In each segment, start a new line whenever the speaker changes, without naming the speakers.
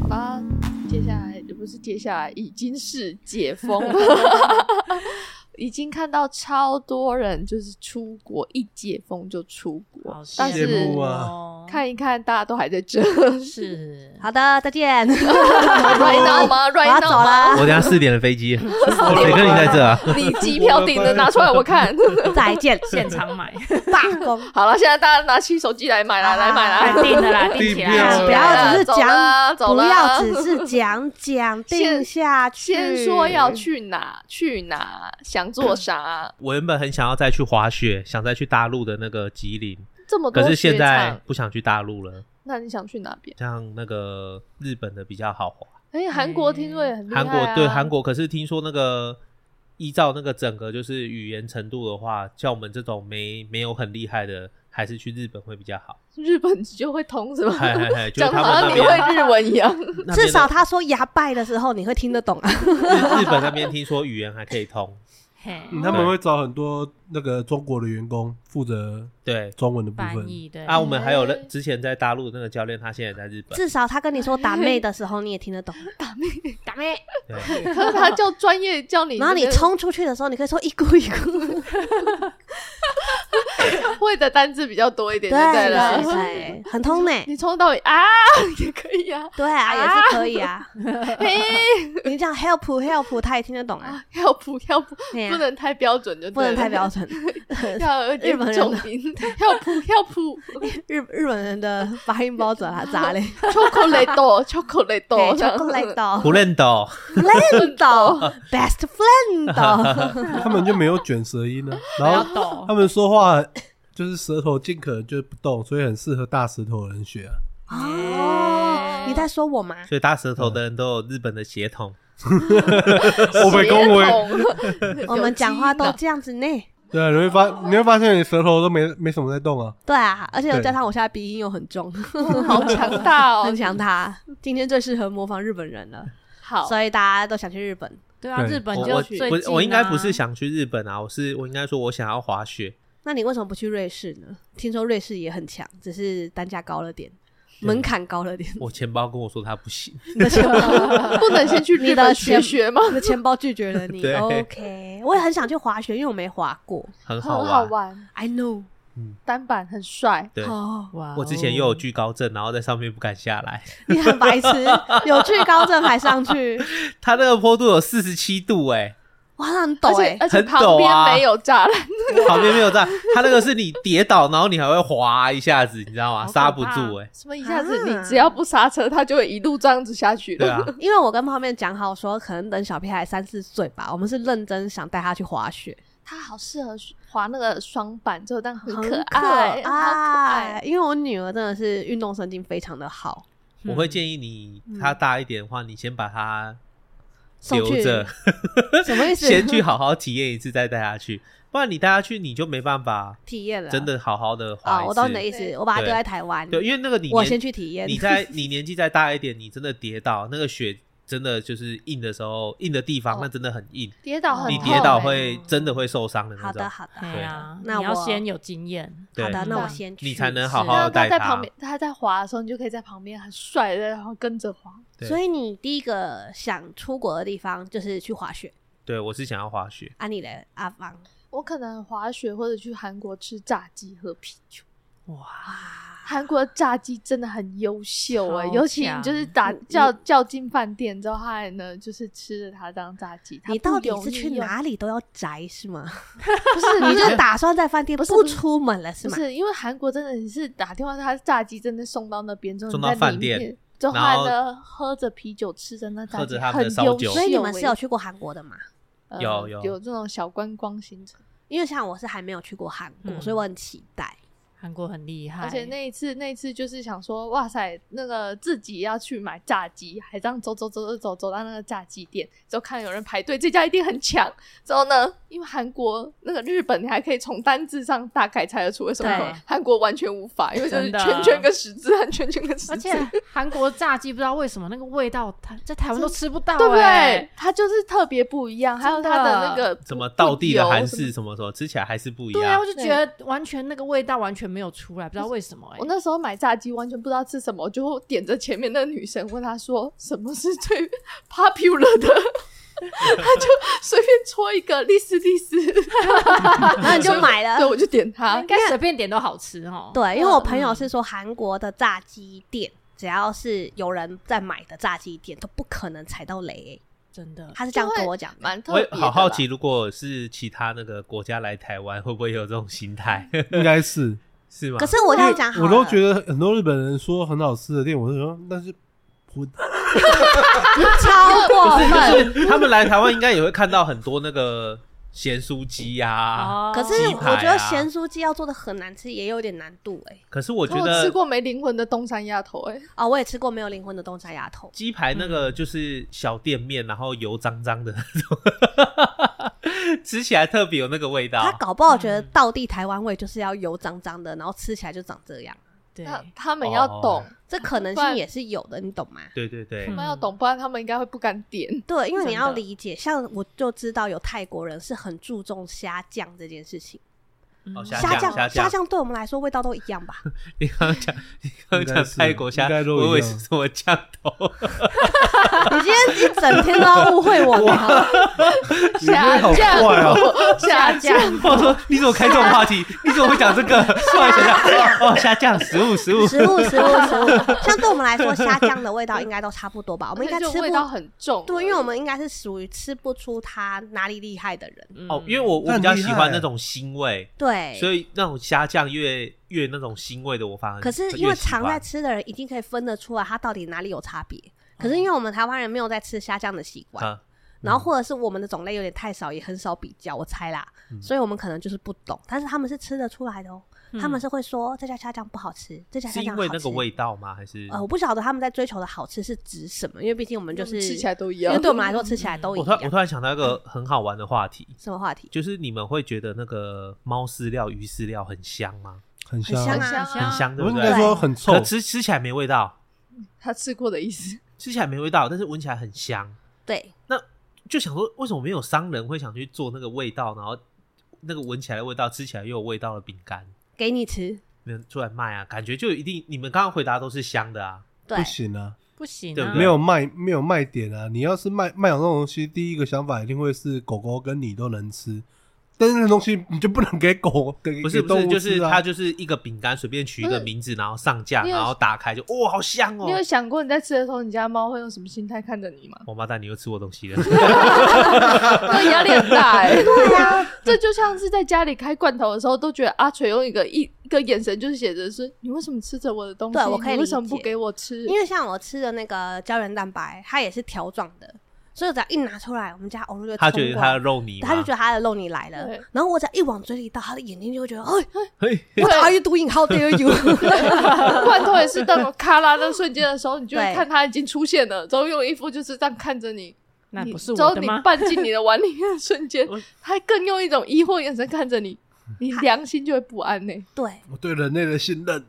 好吧。接下来不是接下来，已经是解封了，已经看到超多人就是出国，一解封就出国
好，
但
羡
是
慕啊
哦
看一看大家都还在这，
是
好的，再见。
right now 吗
啊我要
？right
走
now 吗？
啦
我，等下四点的飞 机，谁跟你在这啊？
你机票订的拿出来我看。
再见，
现场买，
罢工。
好了，现在大家拿起手机来买啦，来买
快
啦！
定的 啦，定
订
起
票
来
不要只是
走啦
讲，
走
不
啦
要只是讲讲定
先
下去。
先说要去哪去哪，想 做啥，
我原本很想要再去滑雪，想再去大陆的那个吉林，
这么多
可是现
雪场
在不想去大陆了，
那你想去哪边？
像那个日本的比较好滑。
哎，韩国听说也很厉害、
韩
啊，
国对韩国，可是听说那个依照那个整个就是语言程度的话，像我们这种没没有很厉害的，还是去日本会比较 好。
日本就会通是吧？
嗨 嗨嗨，哎就是
讲得
他
好像
们那
你
边
会日文一 样，
那边的
至少他说牙拜的时候，你会听得懂啊。
日日本那边听说语言还可以通，
嘿
嗯他们会找很多那个中国的员工负责
对。
中文的部
翻
分。
译对
啊，我们还有认之前在大陆那个教练，他现在也在日本。
至少他跟你说打妹的时候，你也听得懂。
打咩？
对
可是他叫专业叫你，
然后你冲出去的时候，你可以说一咕一咕。
会的单字比较多一点，
对
就对了
对。对，很通呢。
你冲到尾啊， 也可以啊。
对啊，也是可以啊。
嘿
你讲 help help，他也听得懂啊。
，help help，
对啊
不能太标准就对了
不能太标，准，
要有一点
日本人
重
的
音。help help，chocolate
日日本人的发音包准啊，咋嘞？
chocolate
对
这样
，chocolate
不认懂，
friend，best friend，
他们就没有卷舌音 了，然
要
后
抖
他，们说话就是舌头尽可能就是不动，所以很适合大舌头的人学啊。
哦，你在说我吗？
所以大舌头的人都有日本的血统。
我被恭维
血统
我们讲 话都这样子呢。
对啊，你会发你会发现你舌头都没没什么在动啊。
对啊，而且
对
加上我现在鼻音又很重，
好强大哦，
很强他。今天最适合模仿日本人了，
好，
所以大家都想去日本。
对啊，
对
日本
我
就
我
最近啊
我我应该不是想去日本啊，我是我应该说我想要滑雪。
那你为什么不去瑞士呢？听说瑞士也很强，只是单价高了点，门槛高了点。
我钱包跟我说它不行，
你的钱包，
不能先去
你
日
的
本学
钱
学吗？
你的钱包拒绝了 你。
对
OK，我也很想去滑雪，因为我没滑过。
很
很
玩。
玩，
I know。
单板很帅。
对，
哦，
哇哦
我之前又有惧高症，然后在上面不敢下来。
你很白痴，有去高症还上去，
它那个坡度有四十七度、欸，
哇，那很
而
陡
且
哎、
而且
很
旁
陡
边
啊
没有栅栏，
旁边没有站，它那个是你跌倒，然后你还会滑一下子，你知道吗？
好可
刹
怕
不住、欸，
什么一下子
啊
你只要不刹车，它就会一路这样子下去
对
了。
啊，
因为我跟泡面讲好说，可能等小屁孩三四岁吧，我们是认真想带他去滑雪，
它好适合滑那个双板，就但很
很
可
爱啊
爱，好可爱。
因为我女儿真的是运动神经非常的好，
我会建议你，它大一点的话，你先把它
送
留
去
着，
什么意思？
先去好好体验一次，再带它去。不然你带它去，你就没办法
体验了，
真的好好的滑
啊、
一次。
我懂你的意思，我把它丢在台湾，
对，因为那个你
我
年
先去体验，
你 在你年纪再大一点，你真的跌倒，那个雪真的就是硬的时候，硬的地方
哦
那真的很硬，
跌倒很
你
痛
跌倒
欸
会真的会受伤的那
好
种
的。好的
对啊，
那
你要
我
先有经验，
对
好的，那
那
我先去，
你才能好
是
好
然
的
后他
带
在
它。
旁边，他在滑的时候，你就可以在旁边很帅的，然后跟着滑。
对
所以你第一个想出国的地方就是去滑雪
对我是想要滑雪，
啊？你嘞，阿芳，
我可能滑雪或者去韩国吃炸鸡喝啤酒。
哇，
韩国炸鸡真的很优秀哎、
超
尤其你
强
就是打
你
叫叫进饭店之后，他还能就是吃着它当炸鸡。它
你到
不
底是
容易
去
用
哪里都要宅是 吗？
不是，
你
你
就打算在饭店
不是
不
不是
出门了是
不
吗？
是因为韩国真的你是打电话，他炸鸡真的送到那边之后，
送
你
到
在
饭
里
店
面，之后
然
还
后
呢喝着啤酒吃着那炸
喝
鸡，
着他们
很
的烧
优秀
酒
欸。
所以你们是有去过韩国的吗？
呃
有有
有这种小观光行程，
因为像我是还没有去过韩国，
嗯
所以我很期待。
韩国很厉害，
而且那一次那一次就是想说，哇塞，那个自己要去买炸鸡，还这样走走走走走走到那个炸鸡店，之后看有人排队，这家一定很强。之后呢，因为韩国那个日本你还可以从单字上大概猜得出为什
对
么韩国完全无法，因为就是
真的
圈圈跟十字 和圈圈跟十字，
而且韩国炸鸡不知道为什么那个味道，台在台湾都吃不到、欸，
对不对？它就是特别不一样，还有
真的
它的那个
什么道地的韩
不油
式
什么。
什么什么，吃起来还是不一
对啊，
样
我。就觉得完全那个味道完全没有出来，不知道为什么哎、欸。
我那时候买炸鸡，完全不知道吃什么，我就点着前面那女生问她说什么是最 popular 的，她就随便戳一个丽丝丽丝，
然后你就买了
对，我就点它
应。该随便点都好吃哦。
对，因为我朋友是说韩国的炸鸡店，只要是有人在买的炸鸡店，都不可能踩到雷、欸
真的，
他是这样跟我讲的。
蛮特
我
别
也
的啦
好好奇，，如果是其他那个国家来台湾，会不会有这种心态？
应该是。
是吗？
可是我这样讲好了，
我都觉得很多日本人说很好吃的店，我就说但是不
超过分。
就是他们来台湾应该也会看到很多那个咸酥鸡啊呀、
哦
可
鸡
是
排
我觉得
啊
咸酥鸡要做的很难吃，也有点难度哎、
可是我
我
觉
吃
得
过没灵魂的东山鸭头、哎，
哦，我也吃过没有灵魂的东山鸭头，
鸡排那个就是小店面，然后油脏脏的那种， 吃起来特别有那个味
他
道。
搞不好觉得道地台湾味就是要油脏脏的，然后吃起来就长这样，
对，
那他们要
哦
懂，
这可能性也是有的，你懂吗？
对对对，
他
嗯
们要懂，不然他们应该会不敢点。
对，因为你要
真的
理解，像我就知道有泰国人是很注重虾酱这件事情，
哦
嗯
虾
虾
酱
酱
酱
虾酱对我们来说味道都一样 吧？
你刚刚讲，你刚刚
应该
讲
是
泰国虾，
应该都一
我以为
样
是什么酱头，
你今天一整天都要误会我们好吗，
你这好
酱
快 哦，
下架，
我说你怎么开这种话题？你怎么会讲这个？突然想到，哦，虾酱食物食物，
食物食物食物，像对我们来说，虾酱的味道应该都差不多吧？我
我
们应该
就
吃
味道
不
很重。
对，因为我们应该是属于吃不出它哪里厉害的人，
哦，因为我我比
那
较
很厉
喜
害
欢那种腥味，
对，
所以那种虾酱越越那种腥味的，我反而
可是
越
因为
喜欢
常在吃的人一定可以分得出来它到底哪里有差别。可是因为我们台湾人没有在吃虾酱的习惯，
哦啊，
然后或者是我们的种类有点太少，也很少比较，我猜啦，
嗯
所以我们可能就是不懂。但是他们是吃得出来的哦，他们是会说这家虾酱不好吃，这家
是
虾
因
酱好
为
吃。
那个味道吗？还是
呃，我不晓得他们在追求的好吃是指什么，因为毕竟我们就
我们
是
吃起来都一
因
样
为对我们来说吃起来都一
我突然我
样。
突然想到一个很好玩的话题，
什么话题？
就是你们会觉得那个猫饲料、鱼饲料很香吗？
很
很
香。
香
很
啊
香，
很香，对
我
不
应
对
该？说很臭
可，吃吃起来没味道，
他吃过的意思，
吃起来没味道，但是闻起来很香。
对，
就想说，为什么没有商人会想去做那个味道，然后那个闻起来的味道、吃起来又有味道的饼干，
给你吃，
没有出来卖啊？感觉就一定，你们刚刚回答都是香的啊。
对
不，行啊。
不行、啊，
对不对
没有卖没有卖点啊！你要是卖卖有那种东西，第一个想法一定会是狗狗跟你都能吃，但是那东西 你就不能给狗给
不是
给
不
动
是，
物
就是
吃啊
它就是一个饼干，随便取一个
不是
名字，然后上架，
你有
然后打开就哦，好香哦
你！有想过你在吃的时候，你家猫会用什么心态看着你吗？
王八蛋，你又吃我东西了，
对，压力很大
欸
哎、
对呀、啊，
这就像是在家里开罐头的时候，都觉得阿锤用一个一一个眼神就是写着是，你为什么吃着我的东西？
对我可以
你为什么
理解
不给我吃？
因为像我吃的那个胶原蛋白，它也是条状的，所以我只要一拿出来，我们家欧露就
他
冲
觉得
过
他
来
的肉泥嘛，
他就觉得他的肉泥来了
对，
然后我只要一往嘴里倒，他的眼睛就会觉得，哎，
嘿，
我 are you doing? How dare you？
罐头也是当我咔啦那瞬间的时候，你就会
对
看它已经出现了，之后用一副就是这样看着你。
那
你
不是
之
我
后
的
你
吗？
拌进你的碗里面的瞬间
我，
它更用一种疑惑眼神看着你，你良心就会不安呢、
对
我对人类的信任。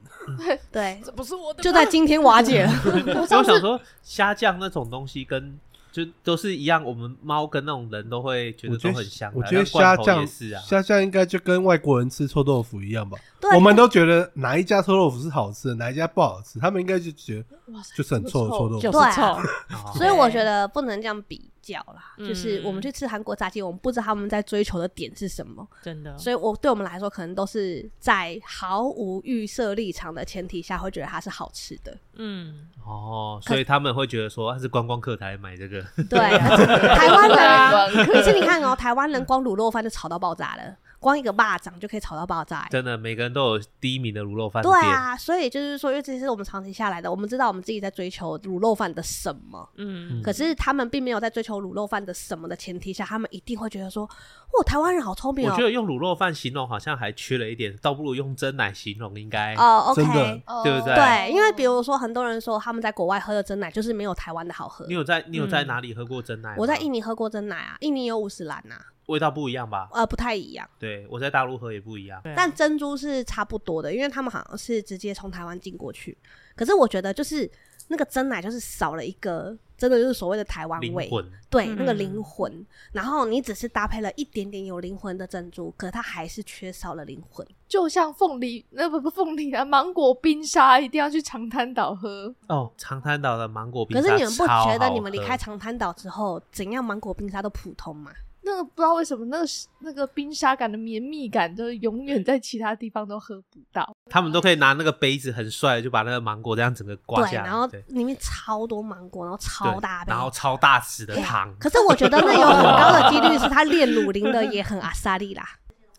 对，
不是 我的
就在今天瓦解了。
我想说虾酱那种东西跟。就都是一样，我们猫跟那种人都会觉
我
得
觉
都
得
很香啊。
我觉得
像罐
虾
头
酱
也是啊，
虾酱应该就跟外国人吃臭豆腐一样吧？
对，
我们都觉得哪一家臭豆腐是好吃的，哪一家不好吃，他们应该就觉得
哇塞，
就是很臭的臭豆
就
腐。
是
对
臭
啊，
好
所以我觉得不能这样比较啦。
嗯
就是我们去吃韩国炸鸡，我们不知道他们在追求的点是什么，
嗯
真的，
所以我对我们来说，可能都是在毫无预设立场的前提下，会觉得它是好吃的。
嗯，
哦，所以他们会觉得说啊是观光客才买这个，
对，啊台湾 人啊，
观光客
可是你看哦， 台湾人光卤肉饭就炒到爆炸了，光一个蚂蚱就可以炒到爆炸、欸。
真的每个人都有第一名的卤肉饭店。
对啊，所以就是说，因为这是我们长期下来的，我们知道我们自己在追求卤肉饭的什么，
嗯，
可是他们并没有在追求卤肉饭的什么的前提下，他们一定会觉得说，哇，台湾人好聪明
我
哦
觉。得用卤肉饭形容好像还缺了一点，倒不如用真奶形容应该。
哦
真的
，OK，
对不对
对，因为比如说很多人说他们在国外喝的真奶就是没有台湾的好喝
你。有在你有在
嗯
哪里喝过真奶吗？
我在印尼喝过真奶啊，印尼有五十兰呐，
味道不一样吧？
呃，不太一样，
对，我在大陆喝也不一样。
对啊
但珍珠是差不多的，因为他们好像是直接从台湾进过去。可是我觉得就是那个真奶就是少了一个，真的就是所谓的台湾
灵
味，
魂，
对，
嗯
那个灵魂。然后你只是搭配了一点点有灵魂的珍珠，可它还是缺少了灵魂。
就像凤梨，那不不凤梨啊，芒果冰沙一定要去长滩岛喝。
哦，长滩岛的芒果冰
可
沙
是你们不
超
觉得
好
你们离
喝
开长滩岛之后，怎样芒果冰沙都普通吗？
那个不知道为什么，那个是那个冰沙感的绵密感，就是永远在其他地方都喝不到。
他们都可以拿那个杯子很帅，就把那个芒果这样整个刮
对，
下来，
然后
对
里面超多芒果，然后
对
超大杯，
然后超大匙的糖，
可是我觉得那有很高的几率是他炼乳淋的也很阿萨 利啦。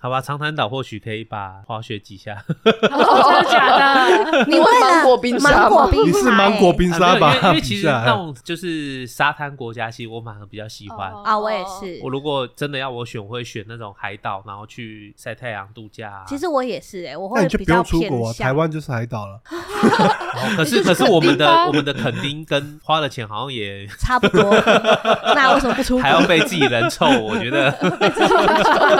好吧，长滩岛或许可以把滑雪挤下，
真的假 的？
你为了
芒果冰沙吗
芒果冰
你
沙、
是芒果 冰沙吧
啊没有因为？因为其
比
实
下来
那种就是沙滩国家，其实我反而比较喜欢。
哦
欸啊，我也是
我。如果真的要我选，我会选那种海岛，然后去晒太阳度假、啊。
其实我也是哎、我
那
会
你就
比
不
较
用出国、
偏
啊，
向
台湾就是海 岛了。
哦，可是可是我们的我们的垦丁跟花的钱好像也
差不 多。 那为什么不出国
还？要被自己人臭，我觉得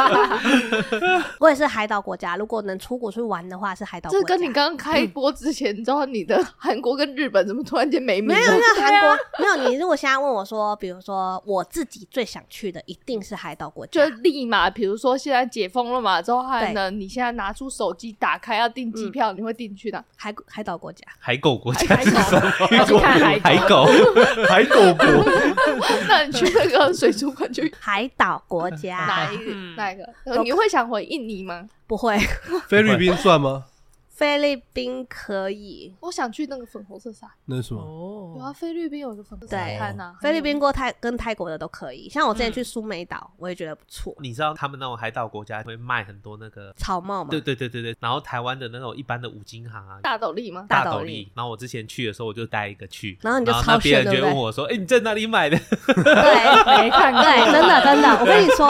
我也是海岛国家，如果能出国去玩的话，是海岛国
这
家。
跟你刚刚开播之前，你知道你的韩国跟日本怎么突然间没啊名
没有没？
了
有韩国、没有。你如果现在问我说，比如说我自己最想去的一定是海岛国
就
家，
立马，比如说现在解封了嘛，之后还
对
能你现在拿出手机打开要订机票，你会订去哪？哎
海海岛国家。
海狗国家
海
是
狗
什么？
要去看海狗
海狗，
海狗国，
那你去那 个水族馆去
海岛国
哪
家
一个
嗯
哪一个？你会想回印尼吗？
不会，
菲律宾算吗？
菲律宾可以，
我想去那个粉红色沙滩，
那是什么？
有啊，
哦，
菲律宾有一个粉红色沙
对
滩啊呐，
菲律宾过泰跟泰国的都可以。像我之前
嗯
去苏梅岛，我也觉得不错，
你知道他们那种海岛国家会卖很多那个，
草帽嘛
对，对对对对，然后台湾的那种一般的五金行啊。
大斗笠吗？
大
大
斗
斗
笠
笠，然后我之前去的时候我就带一个去，
然后你就
那
超
别
炫
人就
对不对
问我说：“哎，你在哪里买的
对。
没看 过，
对，真的真的，我跟你 说，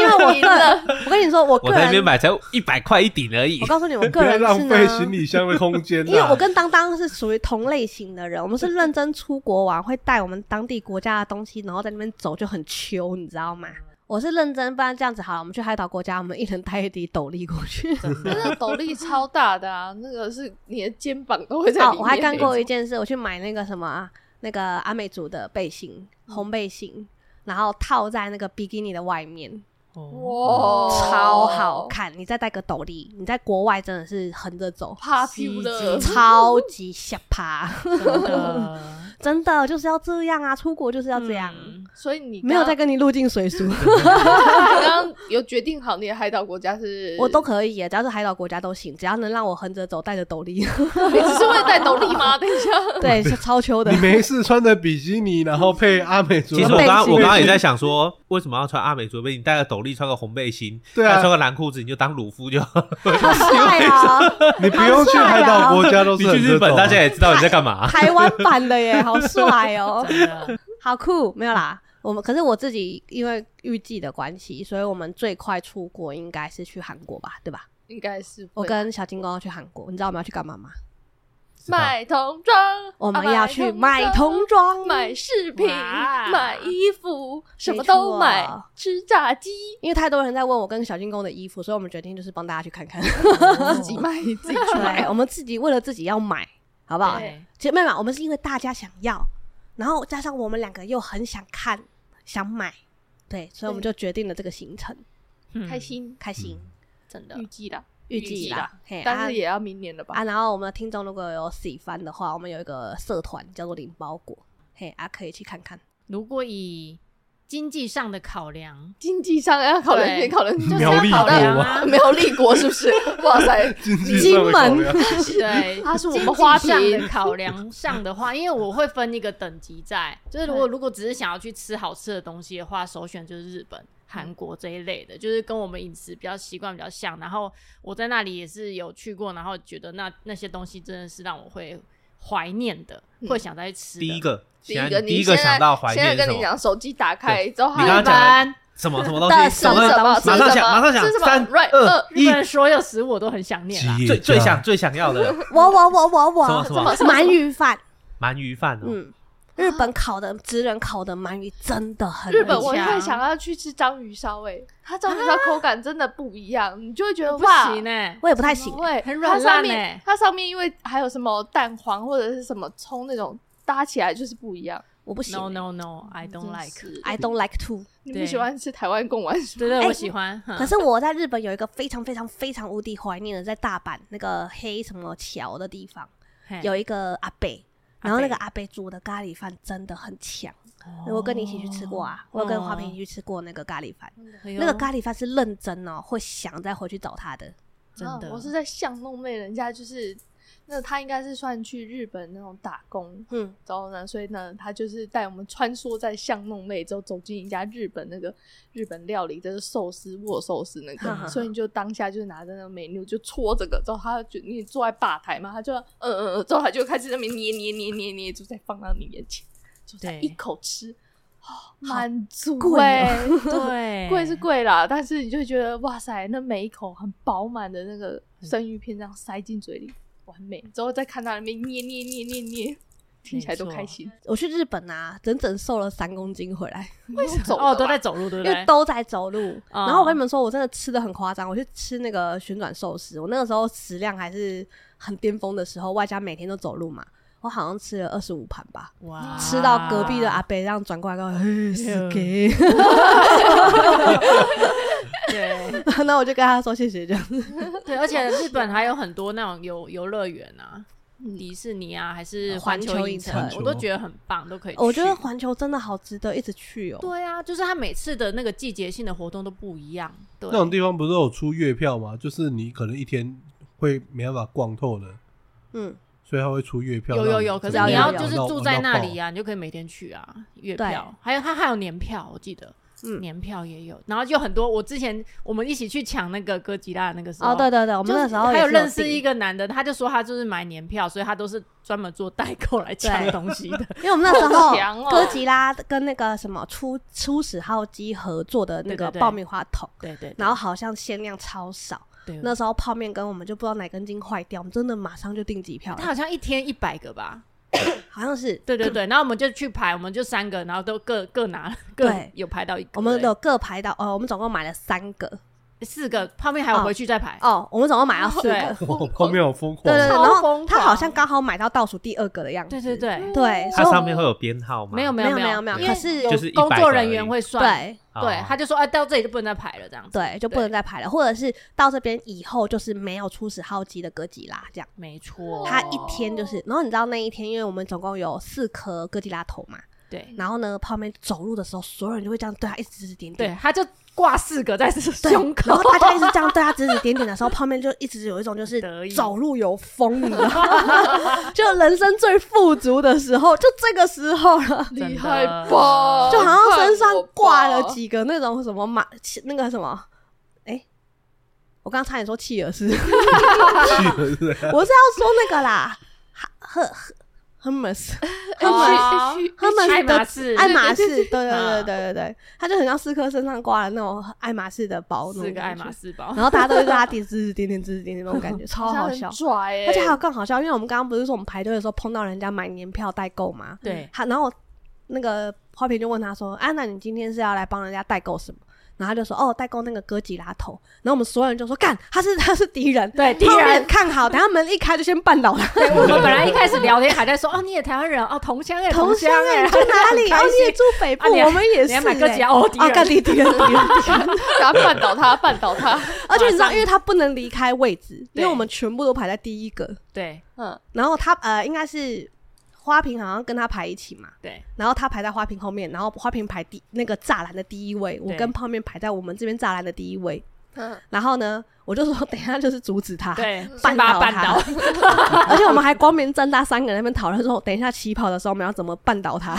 因为我
赢
个
了
人，我跟你说，我？”
我
个
在那边
人，
买才一百块一顶而已
我。告诉你，我
不
个
要
人
浪
是
费
呢，
行李箱的空间、啊。
因为我跟当当是属于同类型的人，我们是认真出国玩，会带我们当地国家的东西，然后在那边走就很秋，你知道吗？我是认真，不然这样子好了，我们去海岛国家，我们一人带一滴斗笠过去。
那个斗笠超大的啊，那个是你的肩膀都会在里
哦
面。，
我 还干过一件事，我去买那个什么啊那个阿美族的背心，红背心，然后套在那个比基尼的外面，
哦
哇，
嗯超好看。你再戴个斗笠，你在国外真的是横着走，
，popular，
超级下趴，
真的
真的就是要这样啊！出国就是要这样，
嗯
所以你
没有
刚
再跟你入境随俗，
刚刚有决定好你的海岛国家 是？
我都可以耶，只要是海岛国家都行，只要能让我横着走，戴着斗笠，
你只是会戴斗笠吗？等一下，
对，是超秋的
你。没事穿着比基尼，然后配阿美族
其
的
实
帽
我刚
子，
背
刚
心
我刚刚也在想说，为什么要穿阿美族背？你戴个斗笠，穿个红背心，
对啊
再穿个蓝裤子，你就当鲁夫就好。
好帅啊！
你不用去海岛国啊家都
你
是
去
很
日
热
本，
衷
大家也知道你在干嘛。
哦台湾版的耶，好帅哦！
真的，
好酷，没有啦。我们可是我自己因为预计的关系，所以我们最快出国应该是去韩国吧，对吧？
应该是
我跟小金刚要去韩国，你知道我们要去干嘛吗？
买童装，
我们
啊
要去买童装，
买饰品、
哇
买衣服，什么都
没
买
错，
吃炸鸡，
因为太多人在问我跟小金公的衣服，所以我们决定就是帮大家去看看。
哦
自己买自 己去
对，
买。
我们自己为了自己要买，好不好？
对
其实没有啦，我们是因为大家想要，然后加上我们两个又很想看、想买，对，所以我们就决定了这个行程，
嗯
开，心，
嗯
开心，真的
预计啦，
预
预
计
计
啦
啦，
嘿
但
啊
是也要明年了吧？
啊，然后我们的听众如果有喜欢的话，我们有一个社团叫做“领包裹”，嘿啊，可以去看 看。
如果以经济上的考量，
经济上要考量，
对
也考量
就是
苗
要
栗
考
国
量
吗
啊，
没有立国是不是？哇 塞，
经济上的考量
对，
它是我
经
们
济
花
上
瓶
的考量上的话，因为我会分一个等级在，就是如果如果只是想要去吃好吃的东西的话，首选就是日本、韩国这一类的，就是跟我们饮食比较习惯比较像。然后我在那里也是有去过，然后觉得那那些东西真的是让我会怀念的，
嗯
会想再去吃的。
第一个，
第
显然
一个，
你第一
现
个
在
想到怀
现在
念是
跟
什
你
么？
讲，手机打开之后，
你刚刚讲的
日
什么什么东西？什
什么什么
么？马上
什
想，
么
马上想
是什，么
三
？right，呃
二
二
本日
一，
本所有食物我都很想念啦。
最最
啊
想最想要的
我我我我我，
什么什么
鳗鱼饭，
鳗鱼饭哦，
嗯，日本烤的职人烤的鳗鱼真的很
日本我
很强
会想要去吃章鱼烧，哎，它章鱼烧口感真的不一样，你就会觉得
不
哇，
行欸呢、
我也不太行，
会
很软
它上
烂
面
欸
它上面因为还有什么蛋黄或者是什么葱那种搭起来就是不一样。
我不行
No no no，I don't like。
，I don't like to。
你不
对
喜欢吃台湾贡丸是不
对
是
对，
哎
我喜欢。哼
可是我在日本有一个非常非常非常无敌怀念的，在大阪那个黑什么桥的地方，
嘿
有一个阿贝，
阿伯
然后那个阿贝煮的咖喱饭真的很强。我跟你一起去吃过啊，我有跟花瓶一起去吃过那个咖喱饭，
哎呦
那个咖喱饭是认真哦，会想再回去找他的。
真的，
啊我是在巷弄妹，人家就是那他应该是算去日本那种打工。
嗯，
然后呢，所以呢，他就是带我们穿梭在巷弄内，之后走进一家日本那个日本料理，就是寿司握寿司那
哈哈哈
个，所以你就当下就拿着那个 menu 就戳这个，之后他就你坐在吧台嘛，他就嗯嗯嗯，之后他就开始在那边捏捏捏捏捏，就再放到你眼前，就再
对
一口吃，哦满足
贵哦
哎、
对
贵是贵啦，但是你就会觉得哇塞，那每一口很饱满的那个生鱼片这样塞进嘴里，完美。之后再看到那边捏捏捏捏捏，听起来都开心。
我去日本啊，整整瘦了三公斤回来，
为什么
哦，都在走路，对不
因为
对？
都在走路。
嗯
然后我跟你们说，我真的吃的很夸张，我去吃那个旋转寿司，我那个时候食量还是很巅峰的时候，外加每天都走路嘛，我好像吃了二十五盘吧。
哇
吃到隔壁的阿，伯，这样转过来跟
哎
我嘿， 死给，
对
那我就跟他说谢谢，这样。
对，而且日本还有很多那种游游乐园啊，迪士尼啊，还是环球影
嗯哦环
城
球影，哦
城
我都觉得很棒，都可以去。
我觉得环球真的好值得一直去哦。
对啊，就是它每次的那个季节性的活动都不一样，对
那，种地方不是有出月票吗？就是你可能一天会没办法逛透的，
嗯，
所以他会出月票。
有有
让
有，
你
可是
整
你
个
要
玩
就是
到
住在那里，啊，你就可以每天去啊，月
对
票，还有它还有年票，我记得。
嗯
年票也有，然后就很多。我之前我们一起去抢那个哥吉拉的那个时候，
哦，对对对，我们
就
那
是
时候
还
也
有
是
认识
订
一，个男的，他就说他就是买年票，所以他都是专门做代购来抢
对
东西 的。
因为我们那时
好强
候
哦
哥吉拉跟那个什么初初始号机合作的那
对对
个
对
爆米花桶，
对对对
然后好像限量超少，
对
那时候泡面跟我们就不知道哪根筋坏掉，我们真的马上就订机票
他
了，
好像一天一百个吧。
好像是
对对对，然后我们就去排，我们就三个，然后都各各拿了，各
对
有排到一个，
我们有各排到，哦，我们总共买了三个，
四个，泡面还有
哦
回去再排。
哦，我们总共买到四
对
个，
啊
哇， 后面好疯
对
狂
对对，
哦。
超
然后
疯狂
他好像刚好买到倒数第二个的样子，
对对哦对，
对，
它
所以我
上面会有编号吗？
没有
嗯没
有
有
没
没有没有
因为
可是
有
就是
工
100
作
个
人
而
员
已
会算，
对
哦，
对，他就说哎，到这里就不能再排了这样子。
对就不能再排了，或者是到这边以后就是没有初始号机的哥吉拉这样。
没错，
他一天就是，然后你知道那一天，因为我们总共有四颗哥吉拉头嘛，
对
然后呢，旁边走路的时候，所有人就会这样对他一直指指点
对
点，，
他就挂四个在
对
胸
然
口
后，大家一直这样对他指指点点的时候，旁边就一直有一种就是
得意
走路有风，你知道吗？就人生最富足的时候，就这个时候了。
真的
厉害吧？
就好像身上挂了
几
几个那种什么马，气那个什么，哎、我刚刚差点说契尔斯，
去了
我是要说那个啦，赫赫 Hermes
哎
哇
去去
他们
爱
的
马仕，
爱马仕，对对对
啊
对对对，他就很像斯科身上挂了那种爱马仕的包，
四个爱马
仕，
仕包，
然后大家都是对他指指点点指指点点那种感觉，超好笑
很。拽欸
而且还有更好笑，因为我们刚刚不是说我们排队的时候碰到人家买年票代购嘛，
对
他然后那个花瓶就问他说：“啊，那你今天是要来帮人家代购什么？”然后他就说哦，代购那个哥吉拉头，然后我们所有人就说干，他是 他是敌人，
对敌
后面
人。
看好，等下门一开就先绊 倒他，
对，我们本来一开始聊天还在说，哦，你也台湾人，哦，同乡哎，
同乡
乡
哎，
哎，
你
然
住
后就
哪
很
里？
开
哦，你也
心
住北部，
啊你还
我们也
你
是
还买哥吉
哎
拉哦，敌
啊，干
人，
敌敌人敌人。
然后绊倒 他，绊倒他，
而且你知道，
马上
因为他不能离开位置，因为
对
我们全部都排在第一个，
对
嗯，
然后他呃应该是花瓶好像跟他排一起嘛，
对
然后他排在花瓶后面，然后花瓶排第那个栅栏的第一位，我
对
跟泡面排在我们这边栅栏的第一位，
嗯
然后呢，我就说等一下就是阻止他，
对，
绊
先把
倒
他绊
他
倒，，
而且我们还光明正大三个人在那边讨论说，等一下起跑的时候我们要怎么绊倒他，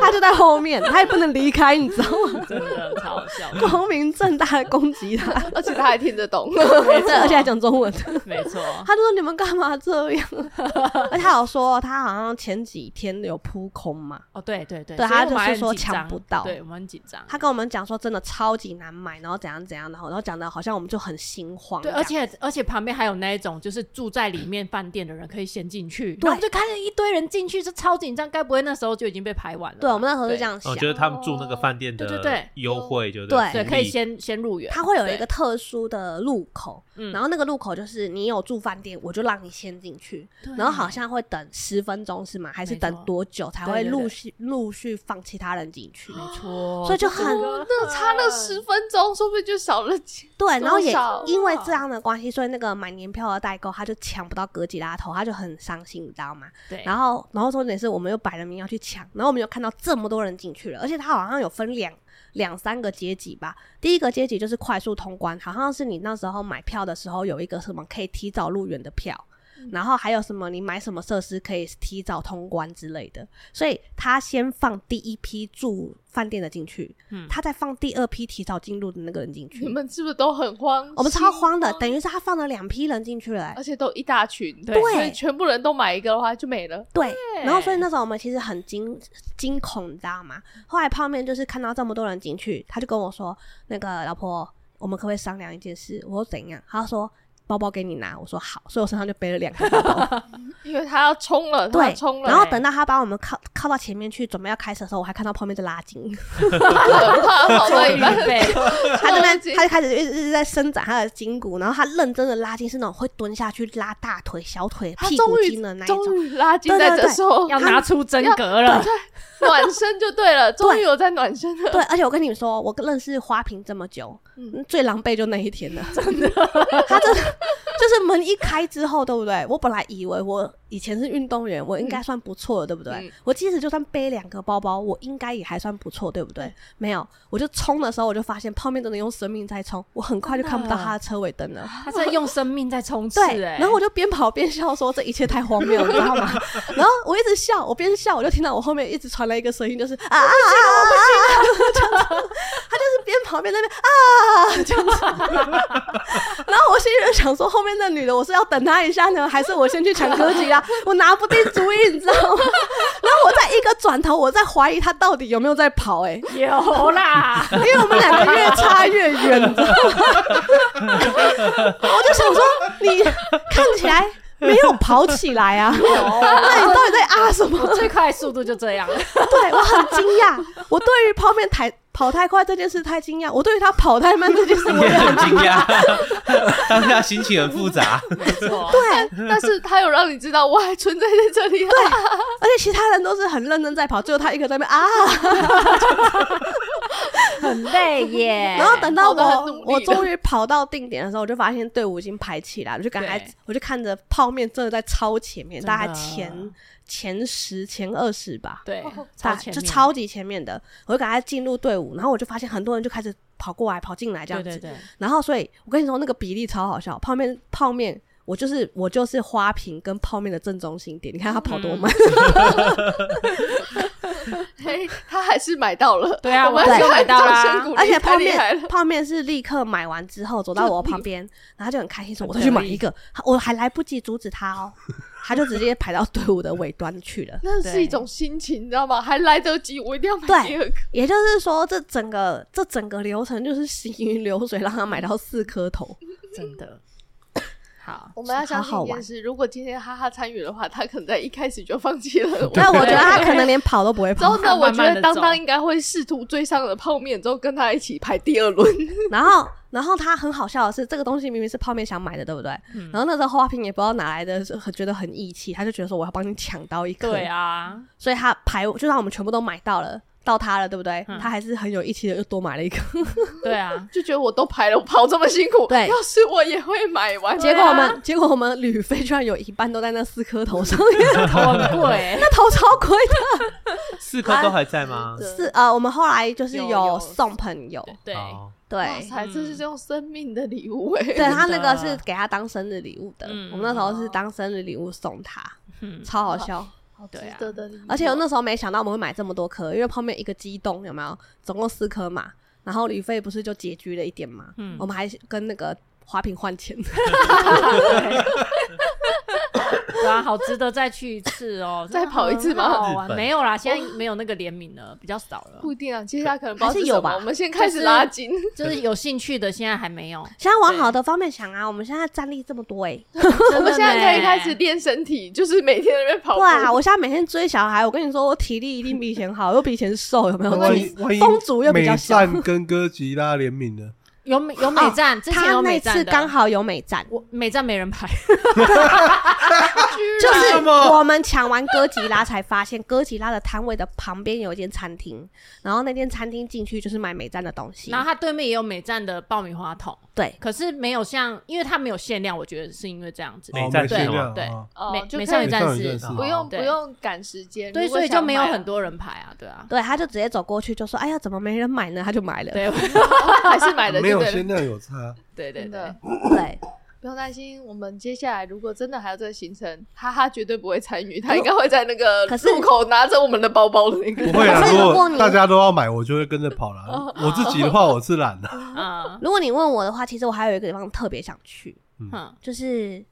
他就在后面，他也不能离开，你知道吗？
真的超好笑的，
光明正大的攻击他，
而且他还听得 懂，
没
对，而且还
错，
讲中文。
没错，
他就说你们干嘛这样？ 而且他有说他好像前几天有扑空嘛，
哦，对对
对
对，所以
他
我
就
们还
是
很
说
紧
抢
张
不到
对我们很紧张，
他跟我们讲说真的超级难买，然后怎样怎样，然后然后讲的好像我们就很心慌这
对，
样。
而且而且旁边还有那一种，就是住在里面饭店的人可以先进去，
对
然后就看着一堆人进去，就超紧张，该不会那时候就已经被排完了吧？
对我们那时候是这样想
哦，，就是他们住那个饭店
对对对
的优惠，就
对
对，
福
可以
利
先先入园，
它会有一个
对，
特殊的入口，
嗯
然后那个入口就是你有住饭店，我就让你先进去，
对
然后好像会等十分钟是吗？还是
没
等
错
多久才
对
会
对
陆
对哦
续陆续放其他人进去？
没
哦
错，
所以就很
那差那十分钟，说不定就少了几。
对，然后也
多少
因为这样的关系，所以那个买年票的代购他就抢不到哥吉拉头，他就很伤心，你知道吗？
对，
然后，然后重点是我们又摆了名要去抢，然后我们又看到这么多人进去了，而且它好像有分两两三个阶级吧。第一个阶级就是快速通关，好像是你那时候买票的时候有一个什么可以提早入园的票，
嗯
然后还有什么你买什么设施可以提早通关之类的。所以他先放第一批住饭店的进去，
嗯
他再放第二批提早进入的那个人进去
你。们是不是都很慌？
我们超慌的，等于是他放了两批人进去了、欸
而且都一大群，
对
所以全部人都买一个的话就没了。
对，然后所以那时候我们其实很惊惊恐，你知道吗？后来泡面就是看到这么多人进去，他就跟我说：“那个老婆，我们可不可以商量一件事？”我说：“怎样？”他说：“包包给你拿。”我说：“好。”所以我身上就背了两个包包。
因为他要冲了，他
对
要冲，了，欸
然后等到他把我们靠靠到前面去，准备要开始的时候，我还看到泡面在拉 筋，
可怕，跑到一半，
对，
他在那
拉筋
他就开始一直一直在伸展他的筋骨，然后他认真的拉筋是那种会蹲下去拉大腿、小腿、
他
屁
终
股
于
筋的那一种。
终于拉近在这时候
要拿出真格了，
暖身就对了，终于有在暖身 了。
对，而且我跟你们说，我认识花瓶这么久，
嗯
最狼狈就那一天了， 真的。他真的就是门一开之后，对不对？我本来以为我以前是运动员，我应该算不错了，对不对？
嗯
我即使就算背两个包包，我应该也还算不错，对不对？没有，我就冲的时候，我就发现泡面真的用生命在冲，我很快就看不到他的车尾灯了。
他在用生命在冲刺，
对，
哎，
然后我就边跑边笑，说这一切太荒谬了，你知道吗？然后我一直笑，我边笑，我就听到我后面一直传来一个声音，就是啊啊啊啊！啊啊他就是边跑边在那边啊这样子。然后我心里就想说，后面那女的我是要等她一下呢，还是我先去抢歌吉啊？我拿不定主意，你知道吗？然后我再一个转头，我在怀疑她到底有没有在跑、欸，
有 啦，
因为我们两个越差越远，你知道吗？我就想说，你看起来没有跑起来啊，那你到底在啊什么？
我最快速度就这样了，
对我很惊讶，我对于泡面太跑太快这件事太惊讶，我对于他跑太慢这件 事我
你
也
也很
很
惊讶， 当下心情很复杂。
没错，
对。
但是他有让你知道我还存在在这里啊，
而且其他人都是很认真在跑，只有他一个在那边啊。
很累耶
然后等到
跑得很
我
努力
我终于跑到定点的时候，我就发现队伍已经排起来了，我就赶快
对，
我就看着泡面真的在超前面，
真
大概
的
前前十、前二十吧。
对，
大
超前
就
面
超级前面的，我就赶快进入队伍，然后我就发现很多人就开始跑过来、跑进来这样
对
子。
对对，
然后，所以我跟你说，那个比例超好笑。泡面，泡面，我就是我就是花瓶跟泡面的正中心点。你看他跑
嗯
多慢，
嘿，他还是买到了。
对啊
我们
我
还是
就买到啦
掌声鼓励
而且
太
泡
厉害了
面，泡面是立刻买完之后走到我旁边，然后他就很开心说：“我再
得
去买
意
一个。”我还来不及阻止他哦，他就直接排到队伍的尾端去了。
那是一种心情，你知道吗？还来得及，我一定要买
对
第二个。
也就是说，这整个这整个流程就是行云流水，让他买到四颗头。
真的。好，
我们要相 信
好好
一件
玩
事：如果今天哈哈参与的话，他可能在一开始就放 弃了。
但我觉得他
对
可能连跑都 不会跑。
真的，我
慢
觉
慢
得
地
当
走
当应该会试图追上了泡面之后，跟他一起排第二 轮。
然后，然后他很好笑的是，这个东西明明是泡面想买的，对不对？
嗯
然后那时候花瓶也不知道哪来的，是很觉得很义气，他就觉得说我要帮你抢到一颗。
对，啊，
所以他排就让我们全部都买到了，到他了，对不对？
嗯
他还是很有义气的，又多买了一颗。
对啊，
就觉得我都排了，我跑这么辛苦，
对
要是我也会买完。
结果我们，结果我们旅费居然有一半都在那四颗头上面，
头很贵欸，
那头超亏的。
四颗都还在吗？
啊
是呃，我们后来就是
有
有
有
送朋友，
对，
好
哇
对。嗯
塞，这是
嗯
用生命的礼物哎、
对他那
真
个
的
是给他当生日礼物的，
嗯
我们那时候是当生日礼物送他，
嗯
超好笑。
好值
对啊
得的礼物、
而且我那时候没想到我们会买这么多颗，因为泡面一个激动有没有？总共四颗嘛，然后旅费不是就拮据了一点嘛，
嗯
我们还跟那个花瓶换钱，
对啊，好值得再去一 次哦，
再跑一次吗
真的好
日
玩
本
没有啦，现在没有那个联名了，比较少了
不，一定啊，接下来可能不知
还
道
是
是
有
什么
吧
我们先开始拉 筋，
就是有兴趣的现在还没有，
现在往好的方面想啊，我们现在战力这么多哎、
我们现在可以开始
练。
练身体，就是每天在那边跑步。
对啊，我现在每天追小孩，我跟你说，我体力一定比以前好，又比以前瘦，有没有？
万
就是
一万 一
风族又比较
美
小，
赞跟哥吉拉联名的，
有美有美站，之前
哦他
有
那
美站
次
的
刚好有美战，
我美站没人排，
就
为
是
什么
我们抢完哥吉拉才发现，哥吉拉的摊位的旁边有一间餐厅，然后那间餐厅进去就是买美战的东西
然，后它对面也有美站的爆米花桶，
对，
可是没有像，因为它没有限量，我觉得是因为这样子。
美
哦
战
美
对
限量
对
啊
哦
美
就
美
可
少
以
女战士
美少女战士
不用不
对
用赶时间，
对，
如果
所以就
想
没有
买
很多人排啊，对啊，
对，他就直接走过去就说：“哎呀，怎么没人买呢？”他就买了。
对
还是买了
没
就
有
对了
限。量有差，
对对
真
对
的，
对
不用担心，我们接下来如果真的还有这个行程，哈哈绝对不会参与，他应该会在那个
可是
路口拿着我们的包包的那个。
不 会
可
啦。
是
如
如果
果
你哦
大家都要买，我就会跟着跑啦。我自己的话，我是 懒的。
啊，
如果你问我的话，其实我还有一个地方特别想去，
嗯，
就是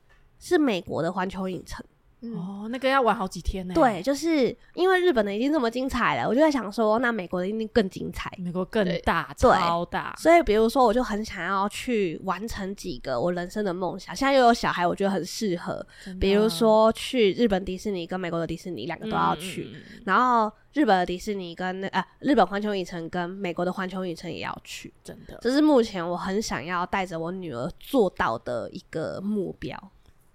是美国的环球影城。
嗯，
哦，那个要玩好几天呢。
对，，就是因为日本的已经这么精彩了，我就在想说，那美国的一定更精彩。
美国更
对
大，
对
超大，
所以，比如说，我就很想要去完成几个我人生的梦想。现在又有小孩，我觉得很适合。
真的
比如说，去日本迪士尼跟美国的迪士尼两个都要去，，
嗯嗯嗯
然后日本的迪士尼跟那呃日本环球影城跟美国的环球影城也要去。
真的，
这是目前我很想要带着我女儿做到的一个目标。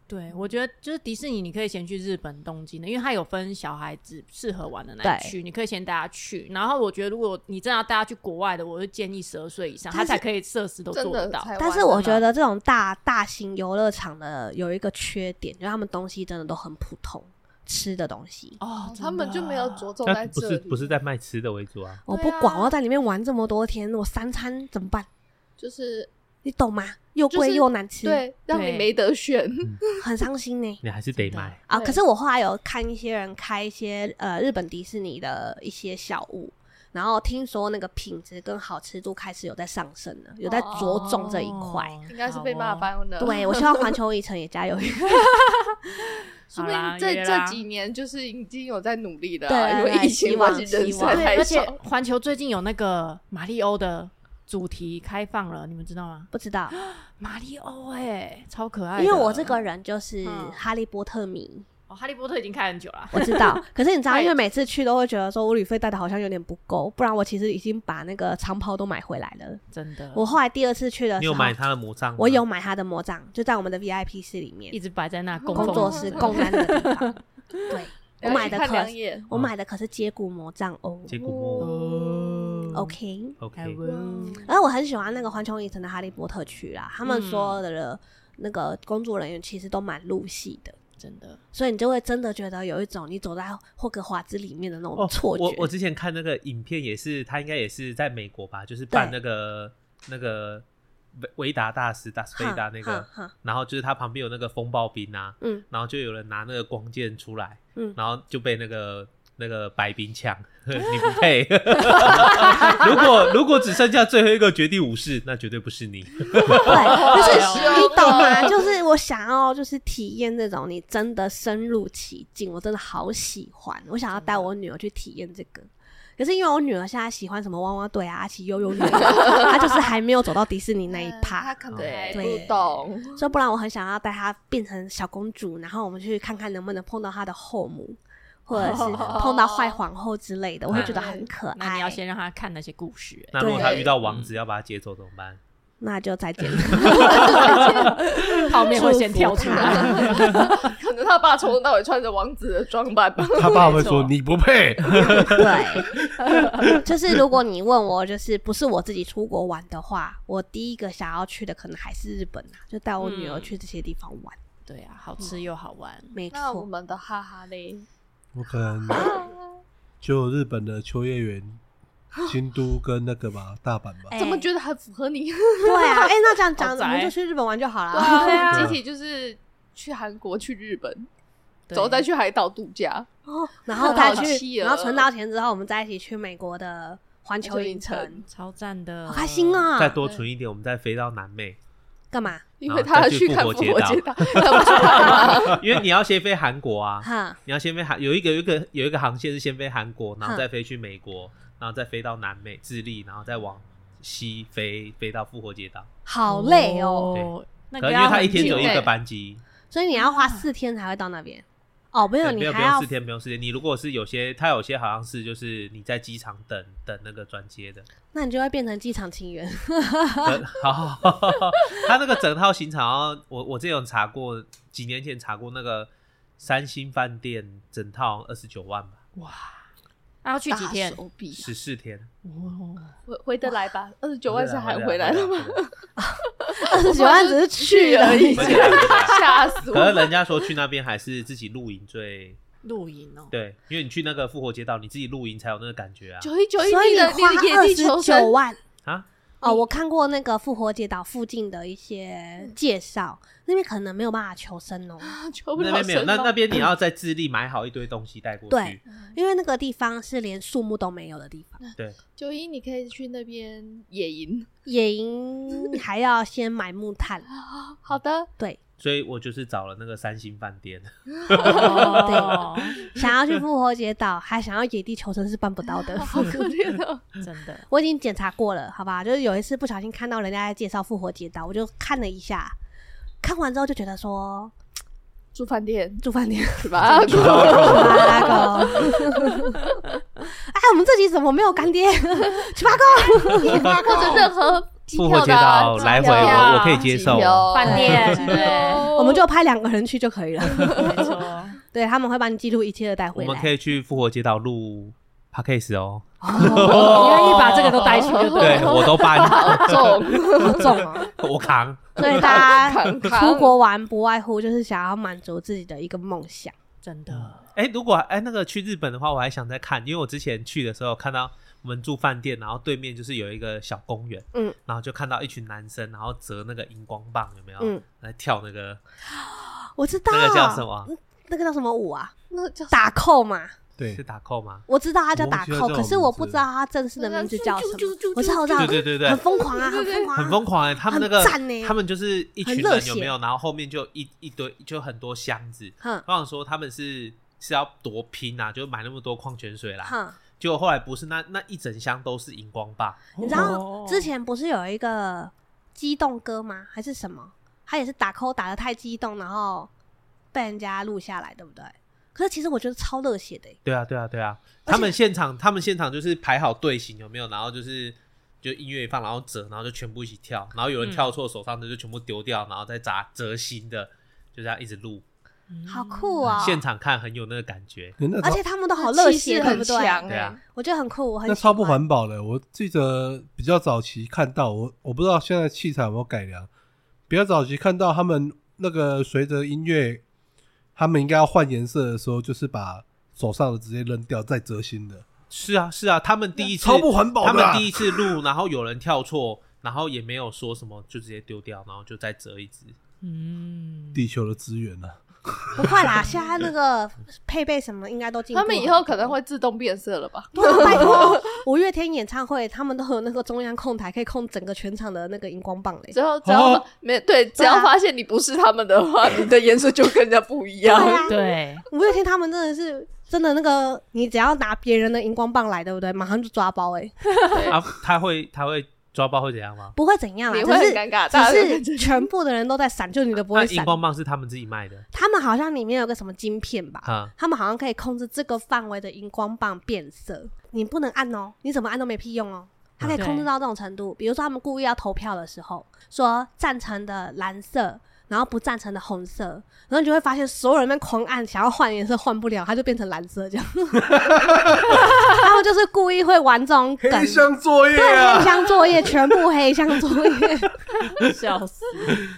对我觉得就是迪士尼，你可以先去日本东京的，因为它有分小孩子适合玩的那一
对
区，你可以先带他去。然后我觉得，如果你真的要带他去国外的，我就建议十二岁以上，
但
他
是
才可以设施都
真
做得
的
到。
才玩得到。
但是我觉得这种大大型游乐场的有一个缺点，就是他们东西真的都很普通，吃的东西。
哦，
他们就没有着重在
那不
这
是
里，
不是在卖吃的为主啊，
我
对
不管，
啊
我要在里面玩这么多天，我三餐怎么办？
就是
你懂吗？又
就是
贵又难吃，
对，让你
对
没得选。
很伤心 呢、
你还是得
真的
买。
啊，
对
可是我后来有看一些人开一些呃日本迪士尼的一些小物，然后听说那个品质跟好吃度开始有在上升了，有在着重这一块。
哦
应该是被骂。翻了。
对，我希望环球影城也加油。
好
说不
啦
定这
约
这
啦
几年就是已经有在努力的、
对
啊，因
对
为疫
希
情
望
关系人
希
才
望
对，
太
而且
少。
环球最近有那个马里欧的主题开放了，你们知道吗？
不知道，
马里欧哎，超可爱的。
因为我这个人就是
嗯
哈利波特迷，
哦，哈利波特已经开很久了，啊
我知 道。可是你知道，
太
因为每次去都会觉得说我旅费带的好像有点不够，不然我其实已经把那个长袍都买回来了。
真的。
我后来第二次去的
你
时
有
候，
买他的魔杖吗？
我有买他的魔杖，就在我们的 VIP 室里面
一，直摆在那供
工作
奉
室
神
供单的地方。 对，我买的
看
可
两眼，
我买的可是接骨魔杖哦。
结果木
嗯哦
OK，
I
OK，
will
而我很喜欢那个环球影城的哈利波特区啦，他们
嗯
所有的那个工作人员其实都蛮入戏的。
真的
所以你就会真的觉得有一种你走在霍格华兹里面的那种
哦，
错觉。
我我之前看那个影片也是，他应该也是在美国吧，就是办
对
那个那个维维达大师达斯维达那个，
哼，哼哼
然后就是他旁边有那个风暴兵啊，
嗯，
然后就有人拿那个光剑出来，
嗯
然后就被那个那个白兵抢， 你不 配。如果如果只剩下最后一个绝地武士，那绝对不是你。
对，就是你懂吗？
哦
就是我想要就是体验这种你真的深入其境，我真的好喜欢，我想要带我女儿去体验这个。可是因为我女儿现在喜欢什么汪汪队啊、阿奇悠悠女儿，她就是还没有走到迪士尼那一
他
趴，
可能
对
还不
对
懂，
所以不然我很想要带她变成小公主，然后我们去看看能不能碰到她的后母，或者是碰到坏皇后之类
啊
的，我会觉得很可爱。
那你要先让他看那些故事、欸
那如果
对
他遇到王子要把他劫走怎么办？
那就再 见。
欸泡面会先跳出来。
可能他爸从头到尾穿着王子的装扮吧。
他爸会说你不配，
嗯对，就是如果你问我，就是不是我自己出国玩的话，我第一个想要去的可能还是日本啊，就带我女儿去这些地方玩。
对啊，好吃又好玩。
没
那我
错，
们的哈哈嘞，
我可能就日本的秋叶原、京都跟那个吧，大阪吧。
哎
怎么觉得很符 合你？
对啊？哎、那这样讲，
好
我
宅
们就去日本玩就好了。
对啊，
对 啊
集体就是去韩国、去日本，
对
然后再去海岛度假，
哦然后再
好
去，
气哦
然后存到钱之后，我们再一起去美国的环球影
环球影
城，
超赞的，
好开心！啊！
再多存一点，我们再飞到南美，
干嘛？
因为他要去看复活
然后再去
节
复
岛，他不去看 吗？
因为你要先飞韩国啊，
哈，
你要先飞韩，有一个有一个有一个航线是先飞韩国，然后
嗯
再飞去美国，然后再飞到南美智利，然后再往西飞飞到复活节岛。
好累哦。
对，
那
可能
个
因为
要
他一
很
天
久
只
欸
有一
很
个
近
班机，
所以你要花四天才会到那边。哦，没有，
对不
你
用不
还
用
要
四天，不用四天。你如果是有些，他有些好像是就是你在机场等等那个转接的，
那你就会变成机场情 缘。
等 好，他那个整套行程好像，我我之前有查过，几年前查过那个三星饭店整套二十九万吧，
那要去几天
大？啊手笔
十四天，
哦，
回回得来吧？二十九万是还回来了
了
吗？
吗？
二十九万只是去而已
回。来了回来了
吓死
可是
我！
人家说去那边还是自己露营最
露营哦，
对，因为你去那个复活节岛，你自己露营才有那个感觉啊
九一九一，
所以
你的
花
你的
二
野地
十
求
九
生，
万
啊！
哦，我看过那个复活节岛附近的一些介绍，那边可能没有办法求生哦，
求不
那
了
边没有，
生
那那
哦。
边你要在智利买好一堆东西带过去
对，因为那个地方是连树木都没有的地方。
九一，你可以去那边野营。
野营还要先买木炭，
好的，
对，
所以我就是找了那个三星饭店。
哦
想要去复活节岛，还想要野地求生是办不到 的。
好可怜 哦。
真的，
我已经检查过了，好吧？就是有一次不小心看到人家在介绍复活节岛，我就看了一下，看完之后就觉得说
住饭店
住饭店
是吧？
八个，哎，我们这集怎么没有干爹？ 去八个。
啊哦
或者任何机
复
票
活
的啊
节岛来回我我可以接受，
饭店对，
我们就派两个人去就可以了。
没错，
对，他们会把你记录一切的带
我
回
们可
来。
以去复活节岛录 podcast 哦。
你愿意把这个都带去
对
就对了。
我都搬，
重
好重哦！
我扛。
所以大家
扛 扛
出国玩不外乎就是想要满足自己的一个梦想。
真的，
哎，如果哎那个去日本的话，我还想再看，因为我之前去的时候看到我们住饭店，然后对面就是有一个小公园，
嗯，
然后就看到一群男生，然后折那个荧光棒，有没有？
嗯，
来跳那个
我知道
那个叫什？么？
那个叫什么舞啊？
那叫
打扣嘛，
对
是，打扣吗？
我知道它叫打扣，
我不记得叫什么
可是我不知道它正式的名字叫什么
那个啾啾啾啾啾。
我知道，我知道，
对对对对
很疯狂啊，很疯狂啊，
很疯狂哎、他们那个
很赞欸
他们就是一群
很热
人
血
有没有？然后后面就一一堆，就很多箱子。
哼
我想说他们是是要多拼啊，就买那么多矿泉水啦。
哦
哼。
结果后来不是那那一整箱都是荧光棒，哦
你知
哦
道之前不是有一个激动哥吗？还是什么？他也是打 call 打的太激动，然后被人家录下来，对不对？可是其实我觉得超热血的欸、
对啊对啊对啊，
而且
他们现场他们现场就是排好队形有没有？然后就是。就音乐一放，然后折，然后就全部一起跳，然后有人
嗯
跳错手上的就全部丢掉，然后再砸折新的，就这样一直录，
嗯
好酷哦、
现场看很有那个感觉。
那
而
超
且他们都好热
气
血，
势
对
很
不对？
强
对啊
哎，
我觉得很酷，我很
那
喜
超不
欢
环保的。我记得比较早期看到，我我不知道现在器材有没有改良。比较早期看到他们那个随着音乐，他们应该要换颜色的时候，就是把手上的直接扔掉，再折新的。
是啊，是啊，他们第一次
超不环保的
他
啊
们第一次录，然后有人跳错，然后也没有说什么，就直接丢掉，然后就再折一只。
嗯，
地球的资源呢、啊？
不快啦，现在那个配备什么应该都进步了。
他们以后可能会自动变色了吧？
对啊拜 托，五月天演唱会他们都有那个中央控台，可以控整个全场的那个荧光棒嘞。
之后只要
哦
发没对，只
啊
要发现你不是他们的话，你的颜色就跟人家不一样。
对啊
对，
五月天他们真的是真的那个，你只要拿别人的荧光棒来，对不对？马上就抓包哎、
啊，他会他会抓包会怎样吗？
不会怎样啦，
你
只
会很
是
尴尬，啊大家都
只
跟着
是全部的人都在闪，就你的不
那
会
荧
闪。
光棒是他们自己卖的
他们好像里面有个什么晶片吧？
啊，
他们好像可以控制这个范围的荧光棒变色，你不能按哦，你怎么按都没屁用哦。它可以
对
控制到这种程度，比如说他们故意要投票的时候，说赞成的蓝色，然后不赞成的红色，然后你就会发现所有人在狂按，想要换颜色换不了，它就变成蓝色这样。他们就是故意会玩这种梗，
黑箱作业
对，黑
啊！
箱作业全部黑箱作业。
笑死，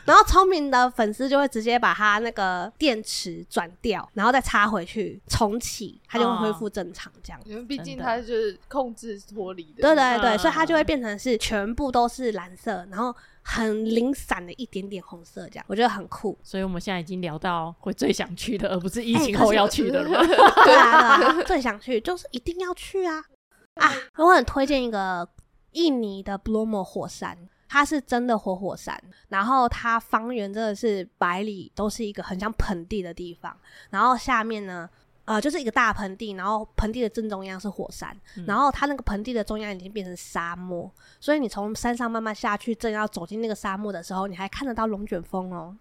然后聪明的粉丝就会直接把它那个电池转掉，然后再插回去重启，它就会恢复正常这样。
因为毕
真
竟
的
他就是控制脱离的，
对对对，
嗯
所以它就会变成是全部都是蓝色，然后很零散的一点点红色这样，我觉得很酷。
所以我们现在已经聊到会最想去的，而不是疫
哎
情
可
后
是
要
我
去的了。
对啊，对啊，最想去就是一定要去啊啊！我很推荐一个印尼的 Bromo 火山，它是真的活火山，然后它方圆真的是百里都是一个很像盆地的地方，然后下面呢。呃，就是一个大盆地，然后盆地的正中央是火山，
嗯
然后它那个盆地的中央已经变成沙漠，所以你从山上慢慢下去，正要走进那个沙漠的时候，你还看得到龙卷风哦，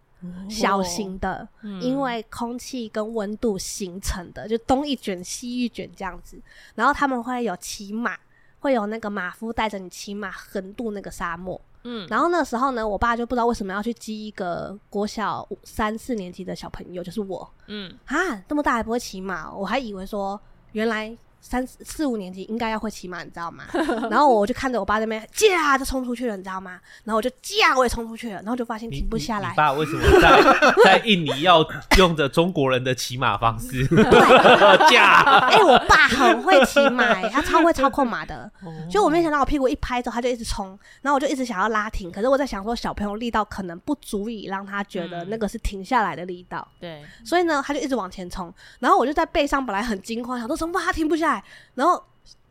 小型的，
嗯
因为空气跟温度形成的，就东一卷西一卷这样子。然后他们会有骑马，会有那个马夫带着你骑马横渡那个沙漠。
嗯，
然后那时候呢，我爸就不知道为什么要去激一个国小五三四年级的小朋友，就是我
嗯
啊，这么大还不会骑马哦，我还以为说原来。三四四五年级应该要会骑马，你知道 吗？然后我就看着我爸那边驾就冲出去了，你知道吗？然后我就驾我也冲出去了，然后就发现
你
停不下
你
来
你。爸为什么 在在印尼要用着中国人的骑马方 式架？
哎、我爸很会骑马、欸，他超会操控马的。就我没想到，我屁股一拍之后，他就一直冲，然后我就一直想要拉停，可是我在想说，小朋友力道可能不足以让他觉得
嗯
那个是停下来的力道，
对，
所以呢，他就一直往前冲。然后我就在背上本来很惊慌，想说怎么办，他停不下来。然后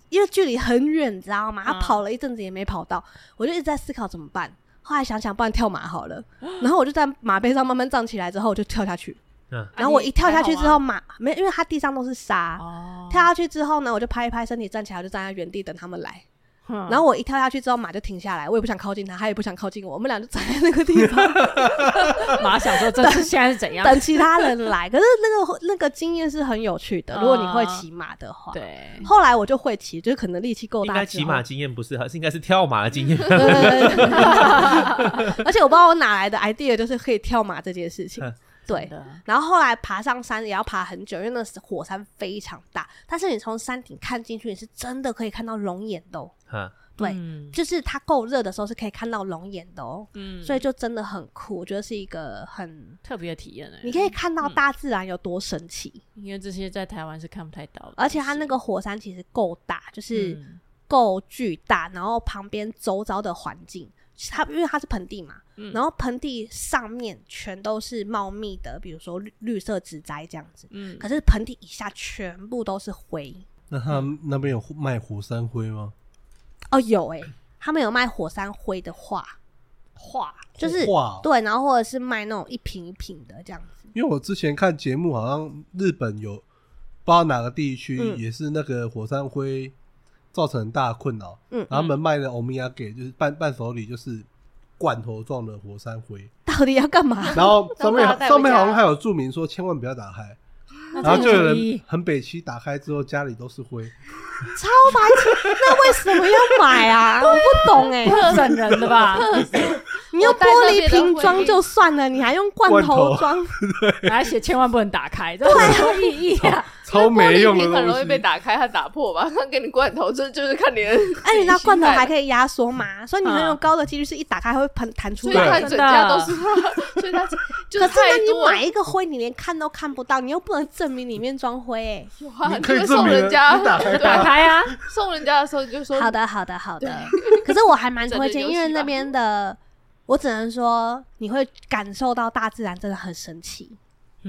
因为距离很远，你知道吗？他
嗯
跑了一阵子也没跑到，我就一直在思考怎么办。后来想想，不然跳马好了。然后我就在马背上慢慢站起来之后，我就跳下去。
嗯
然后我一跳下去之后，
啊
马没，因为它地上都是沙，
哦
跳下去之后呢，我就拍一拍身体站起来，我就站在原地等他们来。
哼
然后我一跳下去之后，马就停下来，我也不想靠近它，它也不想靠近我，我们俩就站在那个地 方
马上想说这是现在是怎样？
等其他人来。可是那个那个经验是很有趣的，如果你会骑马的话。。
哦对，
后来我就会骑，就是可能力气够
应
大。嗯
该骑马。经验不是很，应该是跳马的经验。
对对对对而且我不知道我哪来的 idea，就是可以跳马这件事情
嗯。
对
真。的
然后后来爬上山也要爬很久，因为那是火山非常大，但是你从山顶看进去，你是真的可以看到龙眼的哦、
嗯，
对
嗯
就是它够热的时候是可以看到龙眼的哦、
嗯，
所以就真的很酷，我觉得是一个很，
特别的体验哎，
你可以看到
嗯
大自然有多神奇，
因为这些在台湾是看不太到的东西，
而且它那个火山其实够大，就是
嗯
够巨大，然后旁边周遭的环境。它因为它是盆地嘛，
嗯
然后盆地上面全都是茂密的，比如说绿绿色植栽这样子，
嗯
可是盆地以下全部都是灰。
那他们那边有卖火山灰吗？
哦，有哎、他们有卖火山灰的画，
画
就是
哇，
对，然后或者是卖那种一瓶一瓶的这样子。
因为我之前看节目，好像日本有不知道哪个地区
嗯
也是那个火山灰造成很大的困扰，
嗯
然后他们卖的欧米亚给就是伴伴手礼就是罐头状的火山 灰，
到底要干嘛？
然后
然后
上
把它
面
带回
上面
家
好像还有注明说千万不要打 开，
然
然后就有人很北区打开之后家里都是 灰，
超白痴！那为什么要买 啊？我不懂哎、
整人的 吧？
你用玻璃瓶装就算了，你还用罐头装，
而且千万不能打开，这有什么意义啊？
超没用
因为玻璃瓶
的
很
东
容易被
西。
打开和打破吧。刚给你罐头，这就是看你的心态吧。
哎，你那罐头还
以，
可以压缩嘛，所以你很有高的几率是一打开会喷弹出
所以
来
它
的。
对
整家都是它，所以它就
可
是
是那
太
你
多
买一个灰，你连看都看不到，你又不能证明里面装灰哎、
花，
你可以
就
证
啊送
明
人
了
家，
你打开
对
它
啊
打开啊，
送人家的时候你就说
好，的，好的，好的。 可是我还蛮推荐，因为那边的，我只能说你会感受到大自然真的很神奇。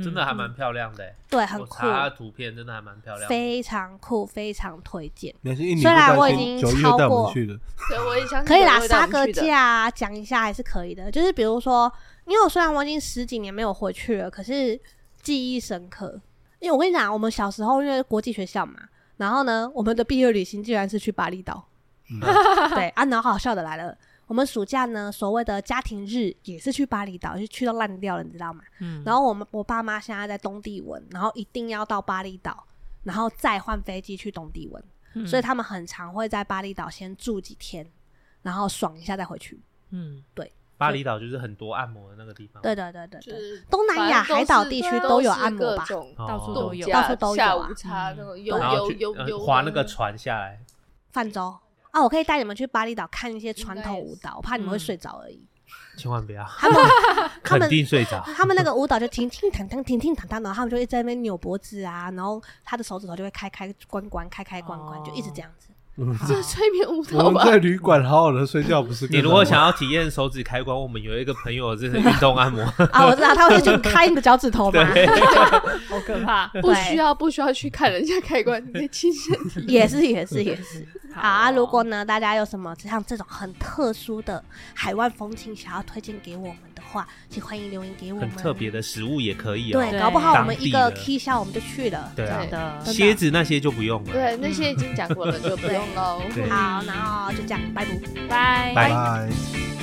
真的还蛮漂亮的欸。
对，嗯很
我
酷，
查图片真的还蛮漂亮的。
非常酷，非常推荐。
你还是一年
虽然
不
我
担
已经
心九一
超
又带我
过
们去的，
对，我也相信
可以啦，
我会带
杀
我们
个
去的
价啊，讲一下还是可以的。就是比如说，因为我虽然我已经十几年没有回去了，可是记忆深刻。因为我跟你讲，我们小时候因为国际学校嘛，然后呢，我们的毕业旅行竟然是去巴厘岛。 对啊，然后好笑的来了，我们暑假呢，所谓的家庭日也是去巴厘岛，就去到烂掉了，你知道吗？
嗯，
然后我们我爸妈现在在东帝汶，然后一定要到巴厘岛，然后再换飞机去东帝汶，
嗯
所以他们很常会在巴厘岛先住几天，然后爽一下再回去。
嗯，
巴厘岛就是很多按摩的那个地方，
对对对对
就
对，
是
东南亚海岛地区都有按摩吧
反正都是各种
哦，
到处
度
都有
假
到处都有啊
下午茶那种游
然后
游
去
游
呃
游
划那 个船下来，
泛舟啊，我可以带你们去巴厘岛看一些传统舞
应该
蹈，我怕你们会
嗯
睡着而已。
千万不要，
他们他
肯
们
定睡着。
他们那个舞蹈就停停躺躺停停躺躺，然后他们就一直在那边扭脖子啊，然后他的手指头就会开开关关开开关关，就一直这样子。
我们
这是催眠舞
我
蹈
们
吧？
在旅馆好好的睡觉，不是更
你
好吗？
如果想要体验手指开关，我们有一个朋友 就是运动按摩，
啊，我知道他会去开你的脚趾头嘛，
好可怕。
不需要不需要去看人家开关，你可以亲身体验。
也是也是也 是。好啊，
哦
如果呢大家有什么像这种很特殊的海外风情想要推荐给我们的话，请欢迎留言给我
很
们。
特别的食物也可以哦。
对，
对
搞不好我
当
们
地
一个
的
K 笑我们就去了。
对啊
对，
的
真的
蝎子那些就不用了。
对，那些已经讲过了，就不用喽。
对
好，然后就这样，拜拜。
拜
拜
拜。